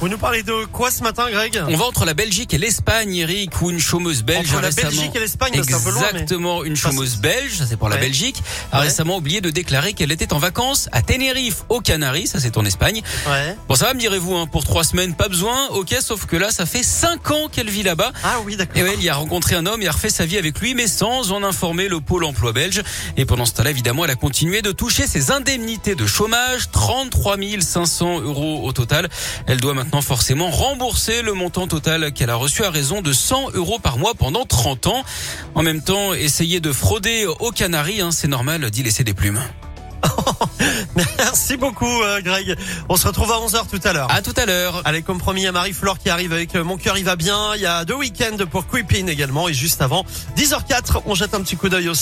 Vous nous parlez de quoi ce matin, Greg On va entre la Belgique et l'Espagne, Eric, où une chômeuse belge Entre a la récemment- Belgique et l'Espagne, c'est un peu loin, mais- Exactement, une chômeuse belge, ça c'est pour la Ouais. Belgique, a Ouais. récemment oublié de déclarer qu'elle était en vacances à Tenerife, aux Canaries, ça c'est en Espagne. Ouais. Bon, ça va me direz-vous, hein, pour trois semaines, pas besoin, ok, sauf que là, ça fait cinq ans qu'elle vit là-bas. Ah oui, d'accord. Et Eh ouais, elle y a rencontré un homme et a refait sa vie avec lui, mais sans en informer le pôle emploi belge. Et pendant ce temps-là, évidemment, elle a continué de toucher ses indemnités de chômage, 33 500 euros au total. Elle doit maintenant forcément rembourser le montant total qu'elle a reçu à raison de 100 euros par mois pendant 30 ans. En même temps, essayer de frauder aux Canaries, hein, c'est normal d'y laisser des plumes. Merci beaucoup, euh, Greg. On se retrouve à 11h tout à l'heure. À tout à l'heure. Allez, comme promis, il y a Marie-Flore qui arrive avec euh, Mon cœur il va bien. Il y a deux week-ends pour Creepin également. Et juste avant, 10h04, on jette un petit coup d'œil aussi.